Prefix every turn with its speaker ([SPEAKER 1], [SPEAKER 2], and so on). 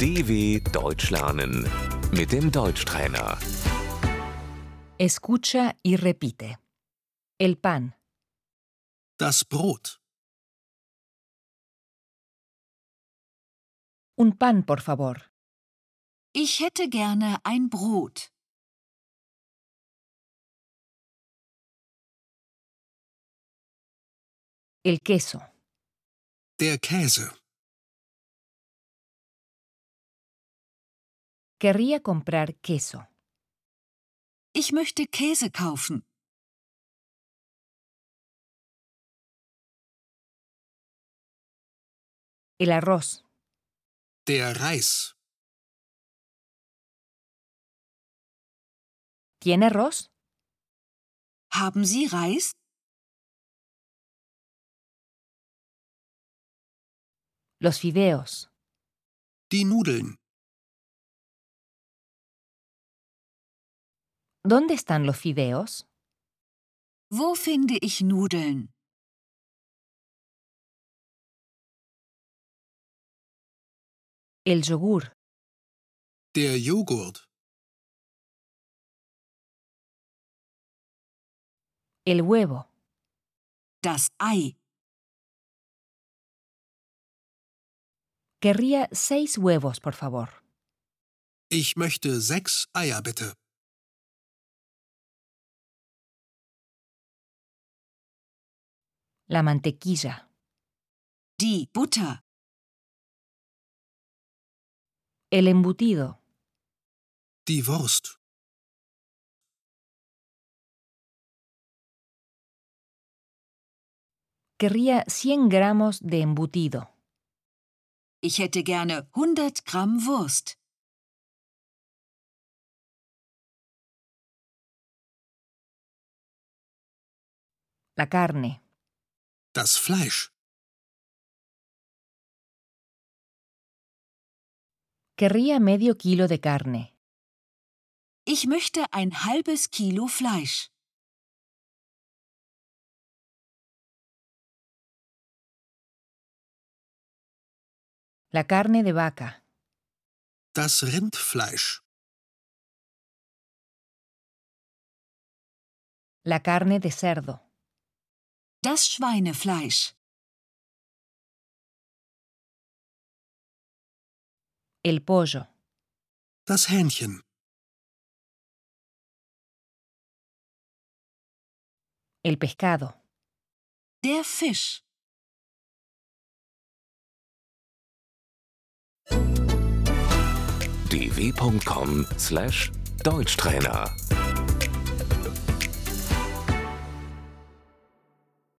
[SPEAKER 1] DW Deutsch lernen mit dem Deutschtrainer.
[SPEAKER 2] Escucha y repite. El pan,
[SPEAKER 3] Das Brot.
[SPEAKER 2] un pan por favor.
[SPEAKER 4] Ich hätte gerne ein Brot.
[SPEAKER 2] El queso,
[SPEAKER 3] Der Käse.
[SPEAKER 2] querría comprar queso.
[SPEAKER 4] Ich möchte Käse kaufen.
[SPEAKER 2] El arroz,
[SPEAKER 3] Der Reis.
[SPEAKER 2] ¿tiene arroz?
[SPEAKER 4] Haben Sie Reis?
[SPEAKER 2] Los fideos,
[SPEAKER 3] Die Nudeln.
[SPEAKER 2] ¿dónde están los fideos?
[SPEAKER 4] Wo finde ich Nudeln?
[SPEAKER 2] El yogur,
[SPEAKER 3] Der Joghurt.
[SPEAKER 2] el huevo,
[SPEAKER 4] Das Ei.
[SPEAKER 2] querría seis huevos por favor.
[SPEAKER 3] Ich möchte sechs Eier bitte.
[SPEAKER 2] La mantequilla,
[SPEAKER 4] Die Butter.
[SPEAKER 2] el embutido,
[SPEAKER 3] Die Wurst.
[SPEAKER 2] querría 100 gramos de embutido.
[SPEAKER 4] Ich hätte gerne 100 Gramm Wurst.
[SPEAKER 2] La carne,
[SPEAKER 3] Das Fleisch.
[SPEAKER 2] querría medio kilo de carne.
[SPEAKER 4] Ich möchte ein halbes Kilo Fleisch.
[SPEAKER 2] La carne de vaca.
[SPEAKER 3] Das Rindfleisch.
[SPEAKER 2] La carne de cerdo,
[SPEAKER 4] Das Schweinefleisch.
[SPEAKER 2] el pollo,
[SPEAKER 3] Das Hähnchen.
[SPEAKER 2] el pescado,
[SPEAKER 4] Der Fisch.
[SPEAKER 1] dw.com/deutschtrainer